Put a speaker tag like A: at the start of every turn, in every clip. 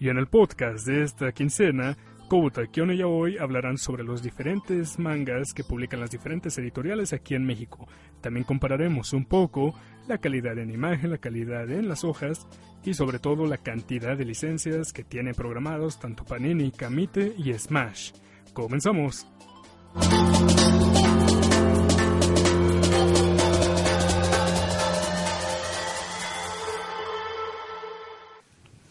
A: Y en el podcast de esta quincena, Kobuta, Kion y hoy hablarán sobre los diferentes mangas que publican las diferentes editoriales aquí en México. También compararemos un poco la calidad en imagen, la calidad en las hojas y sobre todo la cantidad de licencias que tienen programados tanto Panini, Kamite y Smash. ¡Comenzamos!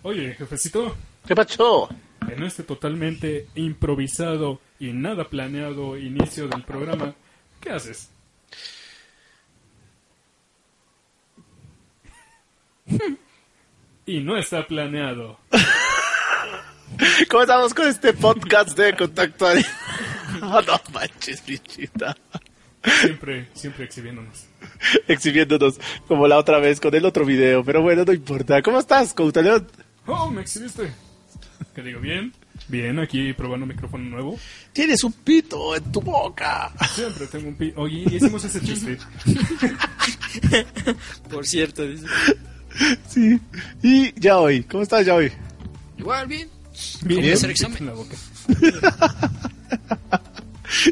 A: Oye, jefecito,
B: ¿Qué pasó?
A: en este totalmente improvisado y nada planeado inicio del programa, ¿qué haces? y no está planeado.
B: ¿Cómo estamos con este podcast de contacto animal? no manches, bichita.
A: Siempre, siempre exhibiéndonos.
B: Exhibiéndonos como la otra vez con el otro video, pero bueno, no importa. ¿Cómo estás, Coutaleón?
A: ¡Oh, me exhibiste! ¿Qué digo? ¿Bien? Bien, aquí probando micrófono nuevo.
B: Tienes un pito en tu boca.
A: Siempre tengo un pi... Oye, y hicimos ese chiste.
C: Por cierto, dice.
B: Sí. Y ya hoy, ¿cómo estás ya hoy?
C: Igual, bien.
A: Bien,
C: voy a hacer
A: un pito
C: examen.
A: en la boca.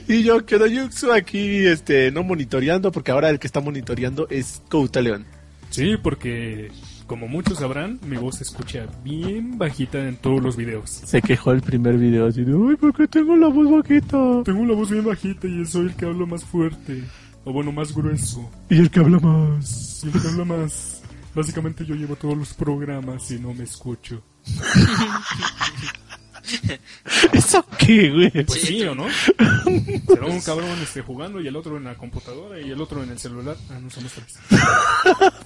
B: Y yo, Kyoto Yuxu, aquí este, no monitoreando, porque ahora el que está monitoreando es Coutaleón.
A: Sí, porque como muchos sabrán, mi voz se escucha bien bajita en todos los videos.
B: Se quejó el primer video así de, uy, ¿por qué tengo la voz bajita?
A: Tengo la voz bien bajita y soy el que hablo más fuerte. O bueno, más grueso.
B: Y el que habla más.
A: Y el que habla más. Básicamente yo llevo todos los programas y no me escucho.
B: ¿Eso qué, güey?
A: Pues sí, ¿o no? Será un cabrón este, jugando y el otro en la computadora y el otro en el celular. Ah, no somos tres.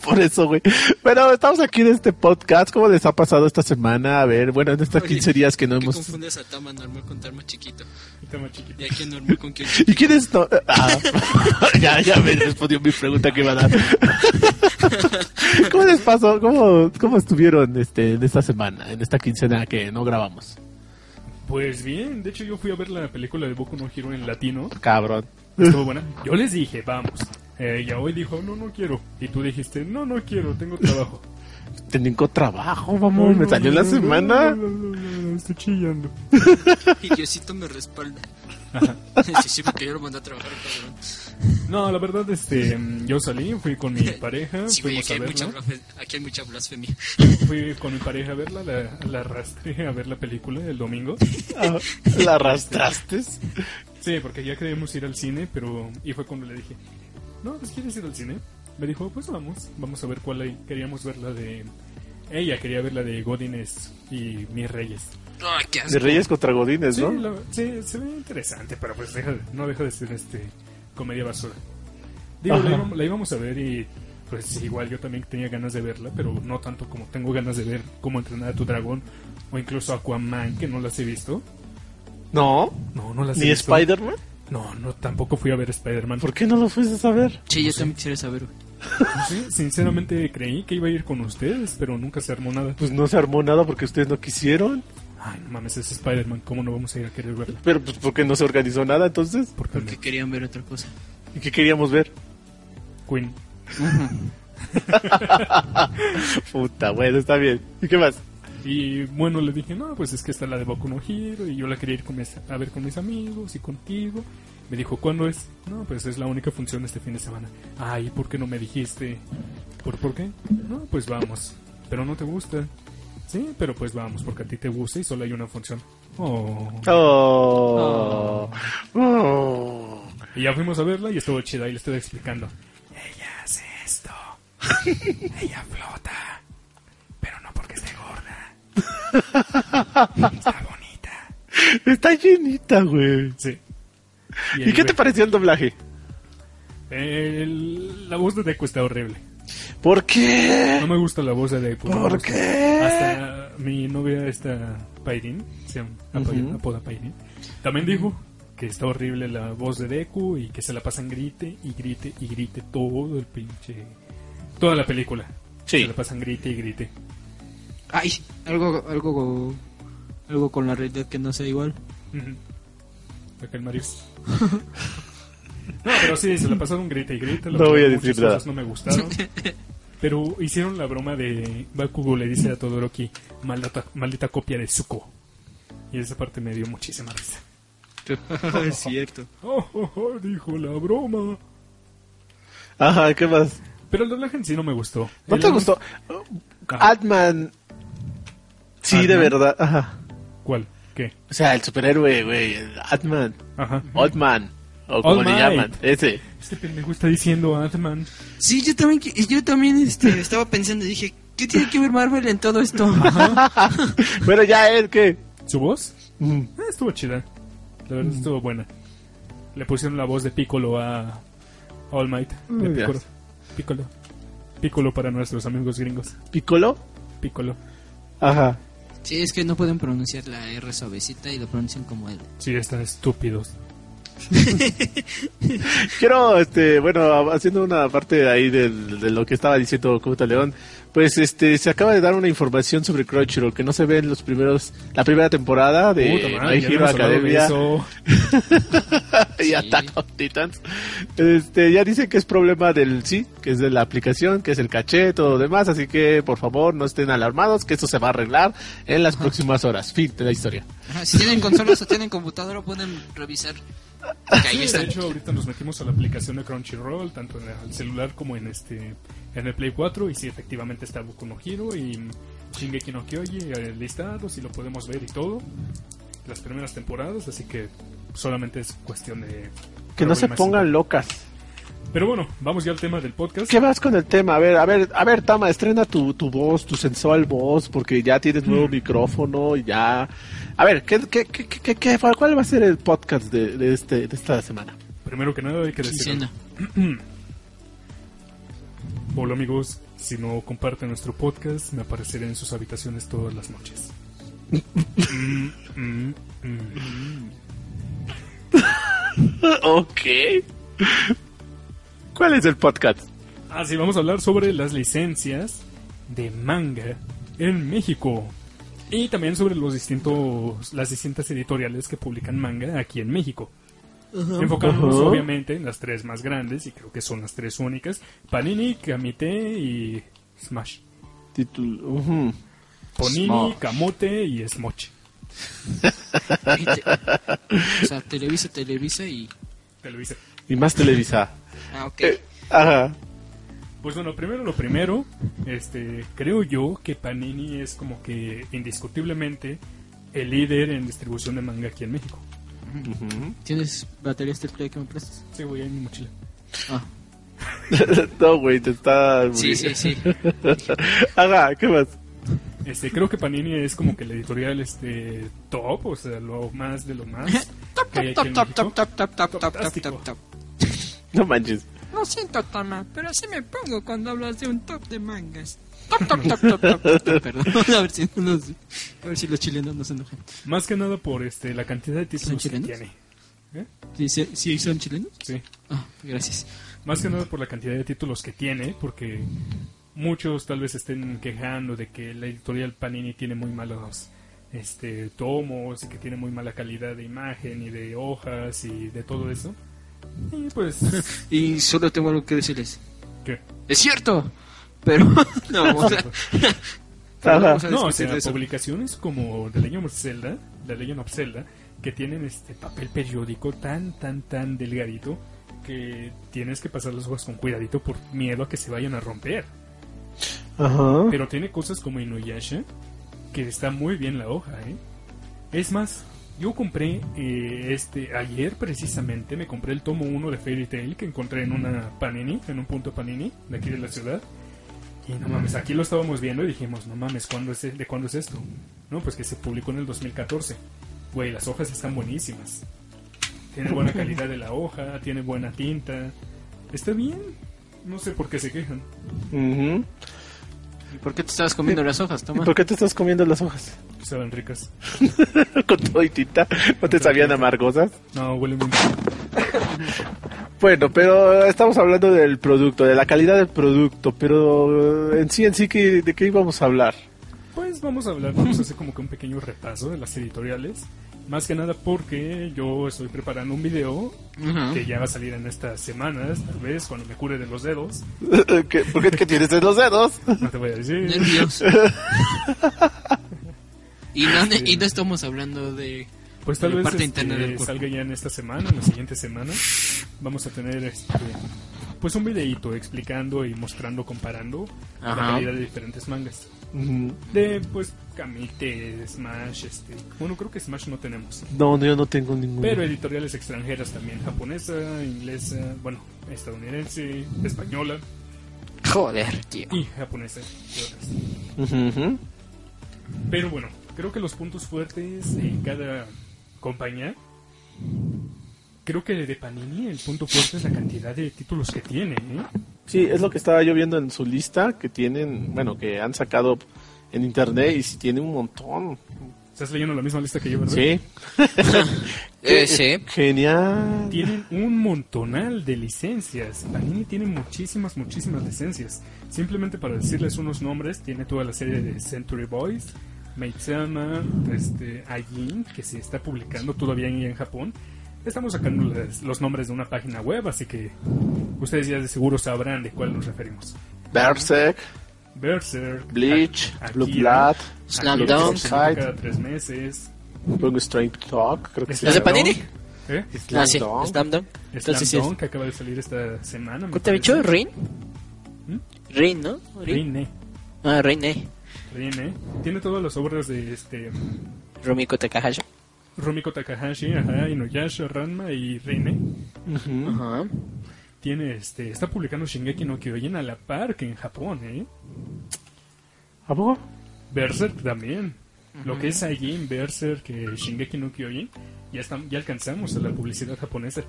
B: Por eso, güey. Pero estamos aquí en este podcast. ¿Cómo les ha pasado esta semana? A ver, bueno, en estas
C: Oye,
B: 15 días que no
C: ¿Qué
B: hemos.
C: confundes a Tama normal con Tama chiquito?
A: Y tema chiquito.
C: Y aquí normal con que
B: ¿Y quién es.? no- Ah, ya, ya me respondió mi pregunta que iba a dar. ¿Cómo les pasó? ¿Cómo, cómo estuvieron este, en esta semana, en esta quincena que no grabamos?
A: Pues bien, de hecho yo fui a ver la película de Boku no Hero en latino.
B: Cabrón.
A: Estuvo buena. Yo les dije, vamos. Eh, y hoy dijo, no, no quiero. Y tú dijiste, no, no quiero, tengo trabajo.
B: Tengo trabajo, vamos. Me salió en la semana.
A: Estoy chillando.
C: Y Diosito me respalda. sí, sí, porque yo lo mandé a trabajar, cabrón.
B: Ah,
A: No, la verdad, este, mm, yo salí, fui con mi pareja,
B: pues
C: Sí, güey,
A: fuimos
C: aquí
A: a
C: hay, mucha,
A: verla.
C: blafe- aquí hay mucha blasfemia.
A: Fui con mi pareja a verla, la, la arrastré a ver la película el domingo.
B: Ah, ¿La arrastraste?
A: Sí, porque ya queríamos ir al cine, pero. Y fue cuando le dije, no, pues quieres ir al cine. Me dijo, pues vamos, vamos a ver cuál hay. Queríamos ver la de. Ella quería ver la de Godines y Mis Reyes.
C: Ay, Ah, qué
B: De
C: asco.
B: Reyes contra Godines,
A: Sí,
B: ¿no?
A: la- sí, se ve interesante, pero pues deja de- no deja de ser este comedia basura. Digo, la,
B: Ajá.
A: íbam- la íbamos a ver y pues igual yo también tenía ganas de verla, pero no tanto como tengo ganas de ver cómo entrenar a tu dragón o incluso Aquaman, que no las he visto.
B: No.
A: No, no las he
B: ¿Ni
A: visto.
B: Spider-Man?
A: No, no, tampoco fui a ver Spider-Man.
B: ¿Por qué no lo fuiste a saber?
C: Che, yo también quisiera saber, güey.
A: No sé, sinceramente creí que iba a ir con ustedes, pero nunca se armó nada.
B: Pues no se armó nada porque ustedes no quisieron.
A: Ay, no mames, es Spider-Man, ¿cómo no vamos a ir a querer verla?
B: Pero pues porque no se organizó nada entonces.
A: Por
C: Porque querían ver otra cosa.
B: ¿Y qué queríamos ver?
A: Queen.
B: Puta, bueno, está bien. ¿Y qué más?
A: Y bueno, le dije, no, pues es que está la de Boku no Hero y yo la quería ir con mis- a ver con mis amigos y contigo. Me dijo, ¿cuándo es? No, pues es la única función este fin de semana. Ay, ¿por qué no me dijiste? ¿Por, ¿Por qué? No, pues vamos. Pero no te gusta. Sí, pero pues vamos, porque a ti te gusta y solo hay una función. Oh.
B: Oh. Oh.
A: Y ya fuimos a verla y estuvo chida y le estoy explicando. Ella hace esto. Ella flota. Pero no porque esté gorda. Está bonita.
B: Está llenita, güey.
A: Sí.
B: ¿Y qué te pareció el doblaje?
A: la voz de Deku está horrible.
B: ¿Por qué?
A: No me gusta la voz de Deku. no me
B: ¿Por
A: gusta.
B: qué?
A: Hasta mi novia, esta Pairin, se llama- apoya-
B: Ujú.
A: apoda Pairin, también dijo que está horrible la voz de Deku y que se la pasan grite y grite y grite todo el pinche. Toda la película.
B: Sí.
A: Se la pasan grite y grite.
C: Ay, algo, algo, algo con la realidad que no sea igual.
A: Ujú. Acá el Mario. No, pero sí, se la pasaron grite y grite. la
B: No
A: verdad,
B: voy a
A: muchas
B: decir nada.
A: cosas No me gustaron. Pero hicieron la broma de Bakugo le dice a Todoroki, maldita, maldita copia de Zuko. Y esa parte me dio muchísima risa.
C: es cierto.
A: Oh, oh, oh, dijo la broma.
B: Ajá, ¿qué más?
A: Pero el doblaje en sí no me gustó.
B: ¿No
A: El-
B: te gustó?
A: Ajá.
B: Atman. Sí, de
A: Ant-Man.
B: verdad. Ajá.
A: ¿Cuál? ¿Qué?
B: O sea, el superhéroe, güey. el Atman.
A: Ajá.
B: Otman. O como
A: All
B: le
A: Might.
B: llaman. Ese.
A: Este pendejo está diciendo Ant-Man.
D: Sí, yo también, que- yo también este, estaba pensando, dije, ¿qué tiene que ver Marvel en todo esto?
B: Bueno, ya él, ¿qué?
A: ¿Su voz?
B: Mm.
A: Ah, estuvo chida. La verdad estuvo buena. Le pusieron la voz de Piccolo a All Might. De
B: Mm, ya.
A: Piccolo. Piccolo. Piccolo para nuestros amigos gringos.
B: ¿Piccolo?
A: Piccolo.
B: Ajá.
D: sí, es que no pueden pronunciar la R suavecita y lo pronuncian como L.
A: Sí, están estúpidos.
B: Quiero, este, bueno, haciendo una parte ahí del- de, lo que estaba diciendo Cota León, pues este, se acaba de dar una información sobre Crunchyroll que no se ve en los primeros, la primera temporada de
A: Puta
B: My
A: madre, ya no
B: Hero
A: hemos hablado de
B: Academia
A: eso.
B: y Attack on Titans. Este, ya dicen que es problema del sí, que es de la aplicación, que es el caché, todo lo demás, así que por favor no estén alarmados, que esto se va a arreglar en las próximas horas. Fin de la historia.
D: Ajá, si tienen consolas o tienen computadora, pueden revisar. Ok, ahí
A: Ah, Sí,
D: está.
A: de hecho, ahorita nos metimos a la aplicación de Crunchyroll, tanto en el celular como en este en el Play 4. Y sí, efectivamente está Boku no Hero y Shingeki no Kyoji eh, listados y lo podemos ver y todo. Las primeras temporadas, así que solamente es cuestión de.
B: Que no se
A: problema,
B: pongan locas.
A: Pero bueno, vamos ya al tema del podcast.
B: ¿Qué vas con el tema? A ver, a ver, a ver, Tama, estrena tu, tu voz, tu sensual voz, porque ya tienes nuevo micrófono, ya. A ver, ¿qué, qué, qué, qué, qué- qué- ¿cuál va a ser el podcast de, de este, de esta semana?
A: Primero que nada hay que decir...
D: Quincena.
A: Hola amigos, si no comparten nuestro podcast, me apareceré en sus habitaciones todas las noches. Mm, mm, mm.
B: ok. ¿Cuál es el podcast?
A: Ah, sí, vamos a hablar sobre las licencias de manga en México. Y también sobre los distintos, las distintas editoriales que publican manga aquí en México. Enfocándonos
B: Ah. Ajá.
A: obviamente en las tres más grandes, y creo que son las tres únicas, Panini, Kamite y Smash.
B: Título. ujú.
A: Panini,
B: Smosh.
A: Kamote y Smoche.
D: Ahí te- o sea, Televisa, Televisa y...
A: Te lo hice.
B: Y más Televisa.
D: Ah, ok.
B: Eh, ajá.
A: Pues bueno, primero lo primero, este, creo yo que Panini es como que indiscutiblemente el líder en distribución de manga aquí en México.
B: Ujú.
C: ¿Tienes baterías de play que me prestas?
A: Sí, güey, en mi mochila.
C: Ah,
B: no, güey, te está.
D: Sí, sí, sí.
B: Ajá, ¿qué más?
A: Este, creo que Panini es como que la editorial este top, o sea, lo más de lo más. que hay aquí en México. Fantástico.
B: No manches.
E: Lo siento, Tama, pero así me pongo cuando hablas de un top de mangas. Top, top, top, top, top.
C: Ah, perdón. a, ver si no nos- a ver si los chilenos no se enojan.
A: Más que nada por este la cantidad de
C: ¿Son
A: títulos que
C: chilenos?
A: tiene.
C: ¿Sí, sí, sí son chilenos?
A: Sí.
C: Ah, gracias.
A: Más que nada por la cantidad de títulos que tiene, porque muchos tal vez estén quejando de que la editorial Panini tiene muy malos este, tomos y que tiene muy mala calidad de imagen y de hojas y de todo eso. Y pues,
C: Y solo tengo algo que decirles.
A: ¿qué?
C: Es cierto, pero no vamos a,
B: Ajá.
C: no vamos a
A: No, o
C: discutir
A: sea,
C: de eso.
A: publicaciones como The Legend of Zelda, The Legend of Zelda, que tienen este papel periódico tan, tan, tan delgadito que tienes que pasar las hojas con cuidadito por miedo a que se vayan a romper.
B: Ajá.
A: Pero tiene cosas como Inuyasha, que está muy bien la hoja, ¿eh? Es más, yo compré, eh, este, ayer precisamente, me compré el tomo 1 de Fairy Tail que encontré en una panini, en un punto panini de aquí de la ciudad. Y no mames, aquí lo estábamos viendo y dijimos, no mames, ¿cuándo es, e-, ¿de cuándo es esto? No, pues que se publicó en el 2014. Güey, las hojas están buenísimas. Tiene buena calidad de la hoja, tiene buena tinta. Está bien. No sé por qué se quejan.
B: Ujú.
D: ¿Por qué te estabas comiendo las hojas,
B: ¿Y
D: toma?
B: por qué te estás comiendo las hojas?
A: Estaban ricas.
B: con todo y tinta. ¿No te sabían amargosas?
A: No, huele muy
B: Bueno, pero estamos hablando del producto, de la calidad del producto, pero eh, en sí, en sí, ¿qué- ¿de qué íbamos a hablar?
A: Pues vamos a hablar, vamos a hacer como que un pequeño repaso de las editoriales Más que nada porque yo estoy preparando un video
C: Ajá.
A: que ya va a salir en estas semanas, tal vez cuando me cure de los dedos.
B: ¿Qué- ¿Por qué, qué tienes en los dedos?
A: No te voy a decir.
D: Nervios. y, no, y no estamos hablando de...
A: Pues tal
D: La
A: vez
D: parte
A: este,
D: interna del cuerpo.
A: salga ya en esta semana, en la siguiente semana. Vamos a tener este, pues un videíto explicando y mostrando, comparando la
D: Ajá.
A: calidad de diferentes mangas. De pues Camite, Smash, este. Bueno, creo que Smash no tenemos.
B: No, no, yo no tengo ningún.
A: Pero editoriales extranjeras también, japonesa, inglesa, bueno, estadounidense, española
C: Joder, tío.
D: Eh,
A: y japonesa. y otras.
B: Ujú, ujú.
A: Pero bueno, creo que los puntos fuertes en cada compañía. Creo que de Panini el punto fuerte es la cantidad de títulos que tiene. ¿eh?
B: Sí, es lo que estaba yo viendo en su lista que tienen, bueno, que han sacado en internet y sí tiene un montón.
A: Estás leyendo la misma lista que yo, ¿verdad?
B: Sí,
D: Eh, sí.
B: genial.
A: Tienen un montonal de licencias. Panini tiene muchísimas, muchísimas licencias. Simplemente para decirles unos nombres, tiene toda la serie de Century Boys, Maid-sama, este, Ajin, que se está publicando todavía ahí en Japón. Estamos sacando las- los nombres de una página web, así que ustedes ya de seguro sabrán de cuál nos referimos.
B: Berserk,
A: Berserk,
B: Bleach,
A: Ak-
B: Blue
A: Akira,
B: Blood,
D: Slam
A: Akira, que
D: Dunk.
A: se publica cada tres meses.
B: Bring Straight Talk, creo que
A: ¿Es
B: se
D: ¿Es de
B: llama.
D: Panini?
A: ¿Eh?
B: Slam
D: Ah, sí.
B: Dunk.
D: Slam Dunk.
A: Slam
D: Entonces sí es-
A: Dunk, que acaba de salir esta semana. me
D: ¿Qué te ha dicho?
A: parece.
D: ¿Rin?
A: ¿Mm?
D: ¿Rin, no? ¿Rin?
A: Rine.
D: Ah, Rin, eh.
A: Rine. Tiene todas las obras de este
D: Rumiko Takahashi.
A: Rumiko Takahashi, ajá, Inuyasha, Ranma y Reine.
B: Ujú.
D: Ajá.
A: Tiene este, está publicando Shingeki no Kyojin a la par que en Japón, ¿eh?
B: ¿A poco?
A: Berserk también. Lo que es allí en Berserk, eh, Shingeki no Kyojin, ya, estamos, ya alcanzamos a la publicidad japonesa.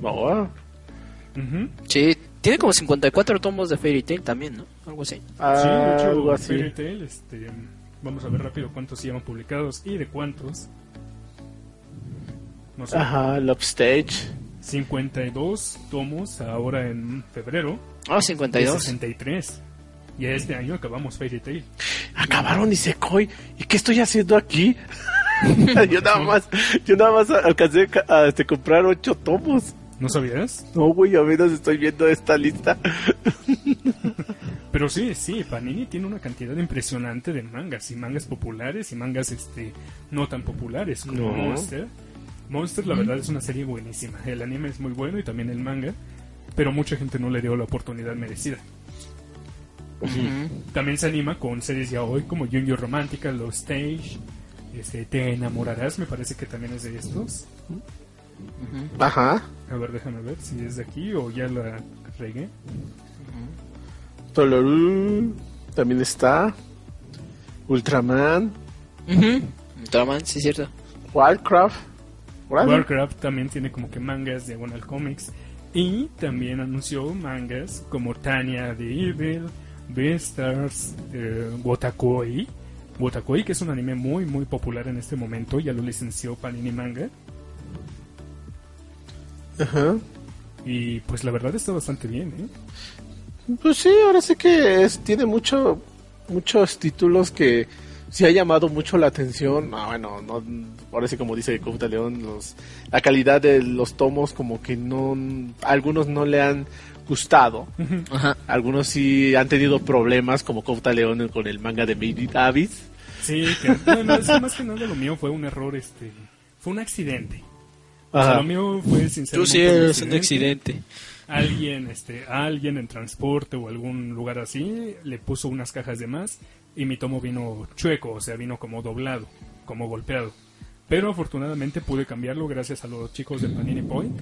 B: No.
A: Ujú.
D: Sí, tiene como 54 tomos de Fairy Tail también, ¿no? Algo así.
B: Ah,
A: sí, de hecho,
B: algo así.
A: Fairy Tail, este, vamos a ver rápido cuántos llevan publicados y de cuántos. No sé,
B: Ajá, Love Stage.
A: 52 tomos ahora en febrero.
D: Ah,
A: de
D: 52.
A: 63. Y este año acabamos Fairy Tail.
B: Acabaron y se coi. ¿Y qué estoy haciendo aquí? yo nada más, yo nada más alcancé ca- a este, comprar ocho tomos.
A: ¿No sabías?
B: No, güey, a menos estoy viendo esta lista.
A: Pero sí, sí, Panini tiene una cantidad impresionante de mangas, y mangas populares y mangas este no tan populares como
B: No.
A: Monster. Monster la verdad es una serie buenísima. El anime es muy bueno y también el manga, pero mucha gente no le dio la oportunidad merecida. También se anima con series ya hoy como Junior Romántica, Los Stage, este, Te enamorarás, me parece que también es de estos.
B: Ajá.
A: A ver, déjame ver si es de aquí o ya la regué.
B: Tolorú también está. Ultraman.
D: Ujú. Ultraman, sí, cierto.
B: Warcraft. Warcraft.
A: Warcraft también tiene como que mangas Diagonal Comics y también anunció mangas como Tanya the Evil, Beastars, eh, Wotakoi. Wotakoi que es un anime muy muy popular en este momento, ya lo licenció Panini Manga
B: Ajá.
A: y pues la verdad está bastante bien, ¿eh?
B: Pues sí, ahora sí que es- tiene mucho, muchos títulos que sí ha llamado mucho la atención. Ah, bueno, no, ahora sí como dice Cofta León, los, la calidad de los tomos como que no, algunos no le han gustado.
D: Ajá.
B: Algunos sí han tenido problemas como Cofta León con el manga de Baby Davis.
A: Sí, que- no, no, es que más que nada lo mío fue un error, este, fue un accidente. O sea, lo mío fue sinceramente
D: Tú sí eres un accidente.
A: alguien, este, alguien en transporte o algún lugar así le puso unas cajas de más y mi tomo vino chueco, o sea, vino como doblado, como golpeado. Pero afortunadamente pude cambiarlo gracias a los chicos de Panini Point.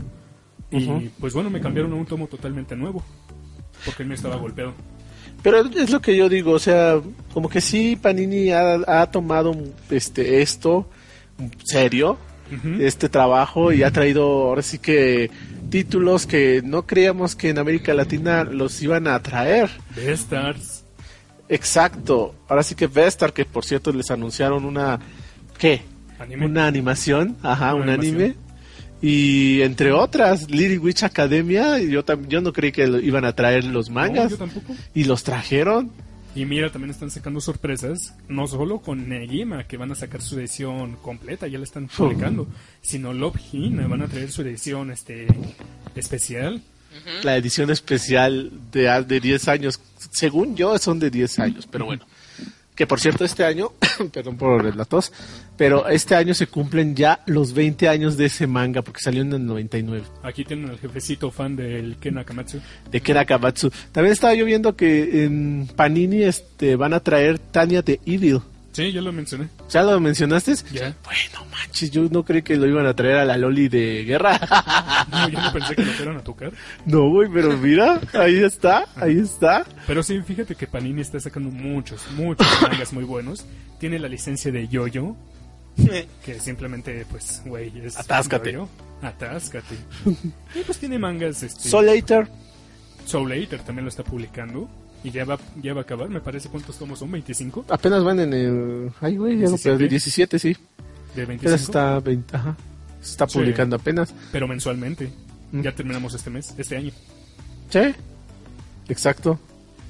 A: Y
B: Ujú.
A: pues bueno, me cambiaron a un tomo totalmente nuevo. Porque él me estaba golpeado.
B: Pero es lo que yo digo, o sea, como que sí Panini ha, ha tomado este esto serio,
A: Ujú.
B: este trabajo y ha traído ahora sí que títulos que no creíamos que en América Latina los iban a traer.
A: De Stars.
B: Exacto. Ahora sí que Vestar, que por cierto les anunciaron una ¿qué?
A: Anime.
B: Una animación, ajá,
A: Una
B: un anime.
A: animación.
B: Y entre otras, Little Witch Academia, y yo tam- yo no creí que lo iban a traer los
A: No,
B: mangas
A: yo tampoco.
B: y los trajeron.
A: Y mira, también están sacando sorpresas, no solo con Negima, que van a sacar su edición completa, ya la están publicando, sino Love Hina, van a traer su edición este especial.
B: La edición especial de, de 10 años. Según yo, son de 10 años, pero bueno. Que por cierto, este año, perdón por la tos, pero este año se cumplen ya los 20 años de ese manga, porque salió en el 99,
A: Aquí tienen al jefecito fan del Ken Akamatsu.
B: de Kerakamatsu. También estaba yo viendo que en Panini este, van a traer Tania de Evil.
A: Sí, ya lo mencioné.
B: ¿Ya lo mencionaste?
A: Ya.
B: Bueno, manches, yo no creí que lo iban a traer a la Loli de guerra.
A: No, yo no pensé que lo fueran a tocar.
B: no, güey, pero mira, ahí está, ahí está.
A: Pero sí, fíjate que Panini está sacando muchos, muchos mangas muy buenos. Tiene la licencia de Yoyo, que simplemente, pues, güey, es.
B: Atáscate.
A: Yo-Yo. Atáscate. Y pues tiene mangas. Este,
B: So later.
A: Soul Eater también lo está publicando. Y ya va, ya va a acabar, me parece. ¿Cuántos tomos son? ¿25?
B: Apenas van en el. Ay, güey, ya lo perdí. 17, sí.
A: De 25.
B: Apenas está. 20, ajá. Se está
A: Sí.
B: publicando apenas.
A: Pero mensualmente.
B: Mm.
A: Ya terminamos este mes, este año.
B: Sí. Exacto.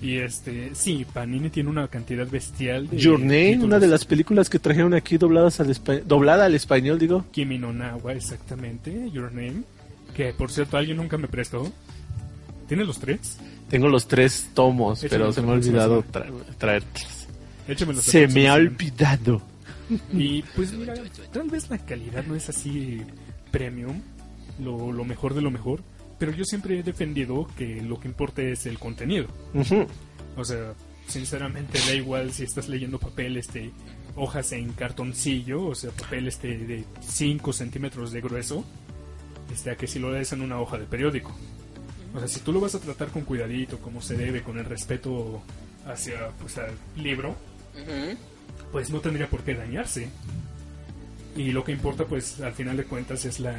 A: Y este, sí, Panini tiene una cantidad bestial de.
B: Your Name,
A: títulos.
B: una de las películas que trajeron aquí dobladas al espa- doblada al español, digo.
A: Kimi no Nawa, exactamente. Your Name. Que por cierto, alguien nunca me prestó. ¿Tiene los tres?
B: Tengo los tres tomos,
A: Échale Pues
B: pero
A: los
B: se me ha
A: tomos,
B: olvidado
A: más
B: tra- traértelos.
A: Échamelos.
B: Se me ha olvidado.
A: Y pues mira, tal vez la calidad no es así premium, lo, lo mejor de lo mejor, pero yo siempre he defendido que lo que importa es el contenido.
B: Ujú.
A: O sea, sinceramente da igual si estás leyendo papel, este, hojas en cartoncillo, o sea, papel este de 5 centímetros de grueso, este, a que si lo lees en una hoja de periódico. O sea, si tú lo vas a tratar con cuidadito, como se debe, con el respeto hacia, pues, al libro, pues no tendría por qué dañarse. Y lo que importa, pues al final de cuentas, es la,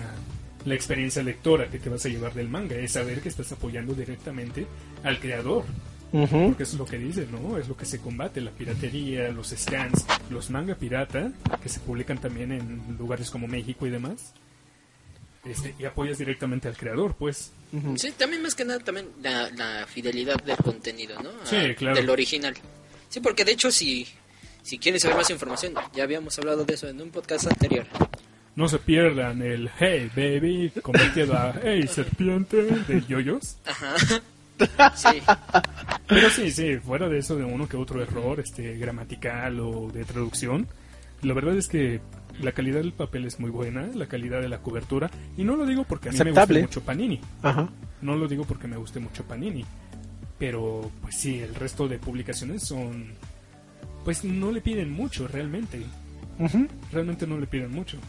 A: la experiencia lectora que te vas a llevar del manga, es saber que estás apoyando directamente al creador,
B: Ujú.
A: porque eso es lo que dice, ¿no? Es lo que se combate, la piratería, los scans, los manga pirata, que se publican también en lugares como México y demás. Este, y apoyas directamente al creador, pues.
F: Sí, también más que nada también la, la fidelidad del contenido, ¿no? A-
A: Sí, claro.
F: Del original. Sí, porque de hecho si, si quieres saber más información, ya habíamos hablado de eso en un podcast anterior.
A: No se pierdan el Hey Baby convertido a Hey Serpiente de Yoyos.
F: Ajá. Sí.
A: Pero sí, sí, fuera de eso, de uno que otro error este, gramatical o de traducción, la verdad es que la calidad del papel es muy buena, la calidad de la cobertura, y no lo digo porque a mí me
B: Aceptable.
A: gusta mucho Panini,
B: Ajá.
A: no lo digo porque me guste mucho Panini, pero pues sí, el resto de publicaciones son, pues no le piden mucho realmente,
B: Ujú.
A: realmente no le piden mucho.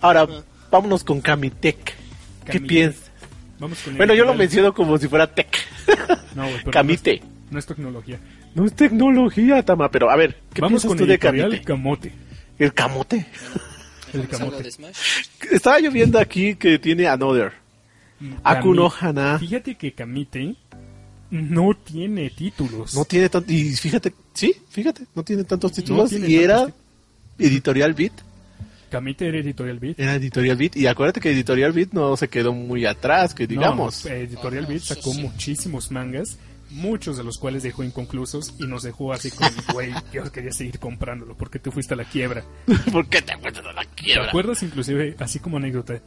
B: Ahora, vámonos con Camitec. ¿Qué
A: Cami-
B: piensas?
A: Vamos con el
B: Bueno, yo lo
A: editorial.
B: menciono como si fuera tech.
A: No, güey, pero
B: Camite.
A: No es, no es tecnología.
B: No es tecnología, Tama, pero a ver, ¿qué
A: Vamos
B: piensas
A: con
B: tú de
A: editorial
B: Camite?
A: Camote.
B: El camote.
A: El
F: Vamos a hablar
A: camote.
F: de Smash.
B: Estaba yo viendo aquí que tiene Another. Aku no
A: Kami-
B: Hana.
A: Fíjate que Kamite no tiene títulos.
B: No tiene tanto. Y fíjate, sí, fíjate, no tiene tantos títulos.
A: tiene
B: y era
A: tantos
B: Editorial Beat.
A: Kamite era Editorial Beat.
B: Era Editorial Beat. Y acuérdate que Editorial Beat no se quedó muy atrás, que digamos.
A: No, eh, Editorial Beat sacó muchísimos mangas, muchos de los cuales dejó inconclusos y nos dejó así con, güey, yo quería seguir comprándolo porque te fuiste a la quiebra.
B: ¿Por qué te acuerdas de la
A: ¿Te
B: quiebra?
A: acuerdas inclusive, así como anécdota,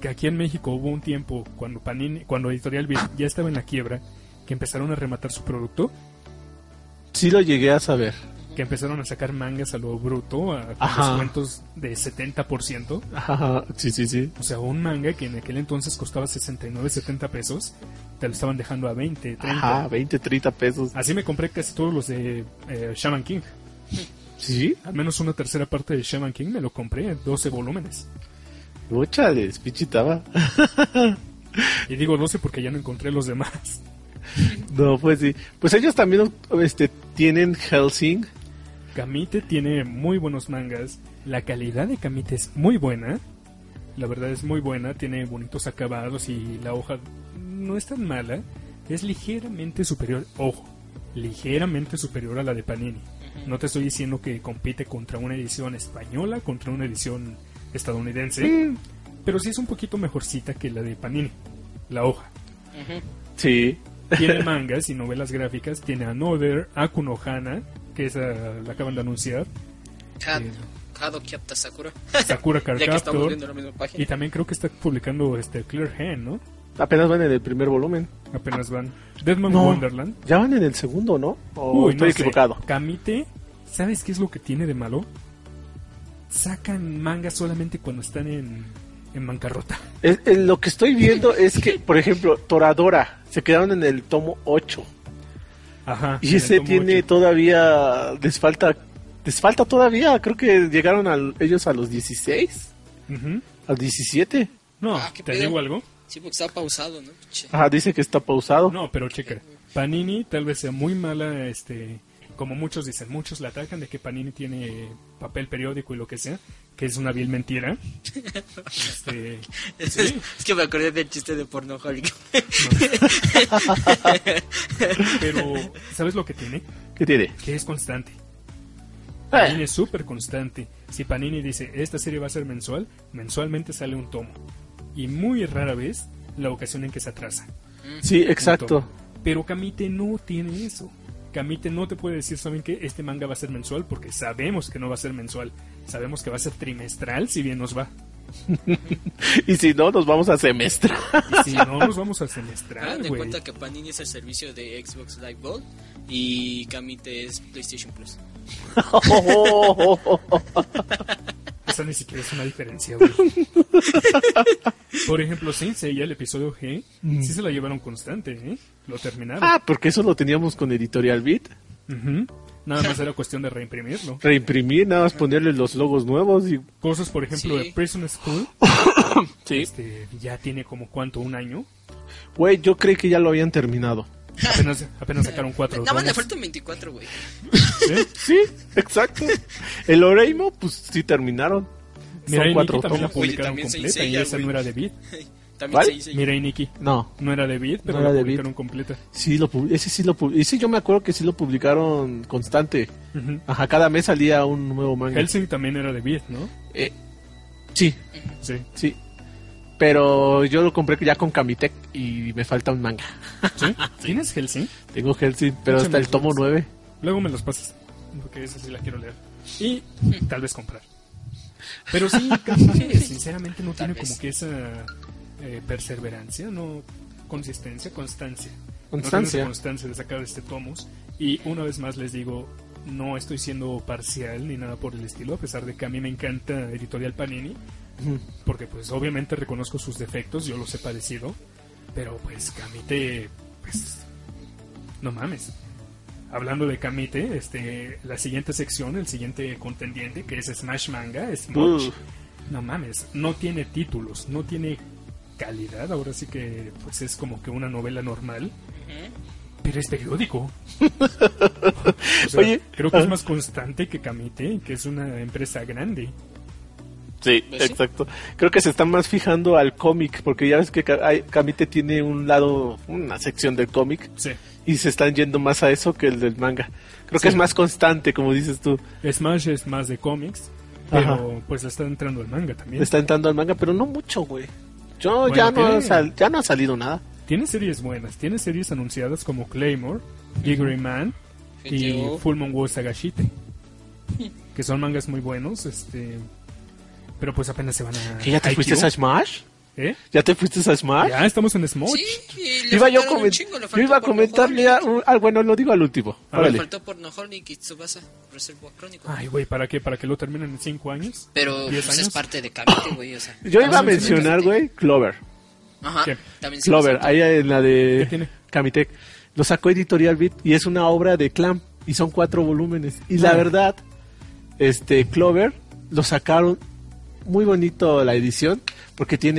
A: que aquí en México hubo un tiempo cuando Panini, cuando Editorial Beat ya estaba en la quiebra, que empezaron a rematar su producto,
B: Sí lo llegué a saber.
A: que empezaron a sacar mangas a lo bruto, a con
B: Ajá.
A: descuentos de 70%.
B: Ajá, sí, sí, sí.
A: O sea, un manga que en aquel entonces costaba 69, 70 pesos, te lo estaban dejando a 20, 30.
B: Ajá, 20, 30 pesos.
A: Así me compré casi todos los de eh, Shaman King.
B: Sí,
A: Al menos una tercera parte de Shaman King me lo compré en 12 volúmenes.
B: muchas, pichitaba.
A: Y digo 12 porque ya no encontré los demás.
B: No, pues sí. Pues ellos también este, tienen Helsing.
A: Kamite tiene muy buenos mangas. La calidad de Kamite es muy buena. La verdad es muy buena. Tiene bonitos acabados y la hoja no es tan mala. Es ligeramente superior, ojo, ligeramente superior a la de Panini. No te estoy diciendo que compite contra una edición española, contra una edición estadounidense. Pero sí es un poquito mejorcita que la de Panini. La hoja.
F: Ujú.
B: Sí.
A: tiene mangas y novelas gráficas. Tiene Another, Akunohana, que esa la acaban de anunciar.
F: Had,
A: Sí.
F: Hado Kiapta Sakura.
A: Sakura Card
F: Ya que estamos
A: Captor,
F: viendo la misma página.
A: Y también creo que está publicando este Clear Hand, ¿no?
B: Apenas van en el primer volumen.
A: Apenas van. Deadman
B: No.
A: Wonderland.
B: Ya van en el segundo, ¿no? O estoy
A: no sé.
B: equivocado.
A: Kamite, ¿sabes qué es lo que tiene de malo? Sacan manga solamente cuando están en, en bancarrota.
B: Es- es- lo que estoy viendo es que, por ejemplo, Toradora se quedaron en el tomo 8.
A: Ajá. en
B: Y
A: el
B: ese
A: tomo
B: tiene
A: ocho.
B: todavía. Les falta. Les falta todavía. Creo que llegaron al- ellos a los 16.
A: Ujú.
B: Al 17.
A: No,
F: Ah, ¿qué
A: ¿te
F: pedo?
A: digo algo?
F: Sí, porque está pausado, ¿no? Che.
B: Ajá, dice que está pausado.
A: No, pero checa. Panini tal vez sea muy mala, este, como muchos dicen, muchos la atacan de que Panini tiene papel periódico y lo que sea, que es una vil mentira. Este,
F: Es,
A: sí.
F: es que me acordé del chiste de Pornoholic.
A: Pero, ¿sabes lo que tiene?
B: ¿Qué tiene?
A: Que es constante.
B: Eh,
A: Panini es súper constante. Si Panini dice, esta serie va a ser mensual, mensualmente sale un tomo. Y muy rara vez la ocasión en que se atrasa.
B: sí, exacto.
A: Pero Kamite no tiene eso. Kamite no te puede decir, ¿saben qué? Este manga va a ser mensual porque sabemos que no va a ser mensual. Sabemos que va a ser trimestral si bien nos va.
B: Y si no, nos vamos a semestre.
A: Y si no, nos vamos al
F: Hagan
A: semestral,
F: de
A: güey.
F: cuenta que Panini es el servicio de Xbox Live Gold y Kamite es PlayStation Plus.
B: Oh,
A: Esa ni siquiera es una diferencia, güey. Por ejemplo, Sensei, el episodio G, sí se la llevaron constante, ¿eh? Lo terminaron.
B: Mm. ah, porque eso lo teníamos con Editorial Beat.
A: Ujú. Nada más era cuestión de reimprimirlo.
B: Reimprimir, nada más ponerle los logos nuevos y.
A: Cosas, por ejemplo,
F: Sí.
A: de Prison School,
B: Sí.
A: este, ya tiene como cuánto, un año.
B: Güey, yo creí que ya lo habían terminado.
A: Apenas, apenas sacaron cuatro.
F: Nada más le
A: tomos.
F: faltan 24, güey.
A: ¿Eh?
B: Sí, exacto. El Oreimo, pues sí terminaron.
A: Mira,
B: Son
A: y
B: cuatro
A: Nikki también la
B: tomos.
F: tomos. Oye,
A: publicaron
F: también se
A: completa y
F: enseña,
A: esa no
F: güey.
A: era de Beat.
F: También
B: ¿Cuál?
F: se dice.
A: Mira, y Nikki
B: No,
A: no era de Beat, pero
B: No era
A: la
B: de
A: publicaron completa.
B: sí, lo pub- ese sí lo pub- Ese yo me acuerdo que sí lo publicaron constante.
A: Ujú.
B: Ajá, cada mes salía un nuevo manga.
A: Hellsing también era de Beat, ¿no?
B: Eh, sí,
A: Sí.
B: sí. Pero yo lo compré ya con Camitec y me falta un manga.
A: ¿Sí? ¿Tienes Hellsing?
B: Tengo Hellsing, pero hasta el tomo 9.
A: Luego me los pasas, porque esa sí la quiero leer. Y tal vez comprar. Pero sí, Kamite, sinceramente no
F: Tal
A: tiene
F: vez.
A: como que esa eh, perseverancia, no consistencia, constancia. No tiene
B: Constancia.
A: esa constancia de sacar este tomos. Y una vez más les digo, no estoy siendo parcial ni nada por el estilo, a pesar de que a mí me encanta Editorial Panini,
B: Ujú.
A: porque pues obviamente reconozco sus defectos, yo los he padecido, pero pues Kamite, pues no mames. Hablando de Kamite, este, la siguiente sección, el siguiente contendiente que es Smash Manga, es Munch.
B: Uh,
A: No mames, no tiene títulos, no tiene calidad, ahora sí que pues es como que una novela normal, pero es periódico. O sea,
B: Oye,
A: creo que es
B: ah.
A: más constante que Kamite, que es una empresa grande.
B: Sí,
F: ¿Ves?
B: exacto. Creo que se están más fijando al cómic, porque ya ves que Ca- hay- Camite tiene un lado, una sección del cómic,
A: Sí.
B: y se están yendo más a eso que el del manga. Creo
A: Sí.
B: que es más constante, como dices tú.
A: Smash es más de cómics,
B: Ajá.
A: pero pues le está entrando el manga también.
B: Está entrando al manga, pero no mucho, güey. Yo
A: Bueno,
B: ya, no
A: tiene-
B: ha sal- ya no ha salido nada.
A: Tiene series buenas, tiene series anunciadas como Claymore, Diggery Man y
F: GTO.
A: Full Moon Wo Sagashite, que son mangas muy buenos, este pero pues apenas se van a
B: ¿Que ya te
A: Haikyuu,
B: fuiste a Smash?
A: ¿eh?
B: ¿Ya te fuiste a Smash?
A: Ya estamos en Smosh.
F: Sí, y le
B: Iba yo, a
F: faltaron un
B: comen-
F: chingo, le
B: yo iba a
F: faltó
B: comentarle a
F: Pornoholic.
B: un- Ah, bueno, lo digo al último.
A: A ver.
F: Le
B: Órale.
F: faltó Pornoholic y Tsubasa Reservoir Chronicle.
A: Ay, güey, ¿para qué? ¿Para que lo terminen en 5 años?
F: Pero
A: ¿Diez
F: pues, es
A: años?
F: parte de Kamite, güey. O sea.
B: Yo iba a
A: Ah, sí, sí,
B: mencionar,
F: sí.
B: güey, Clover.
F: Ajá.
A: ¿Qué?
F: También se
B: Clover,
F: pasa.
B: ahí en la
A: ¿Qué
B: de
A: tiene?
B: Camitec. Lo sacó Editorial Beat y es una obra de Clamp y son cuatro volúmenes. Y la
A: Ah.
B: verdad, este Clover lo sacaron muy bonito la edición porque tiene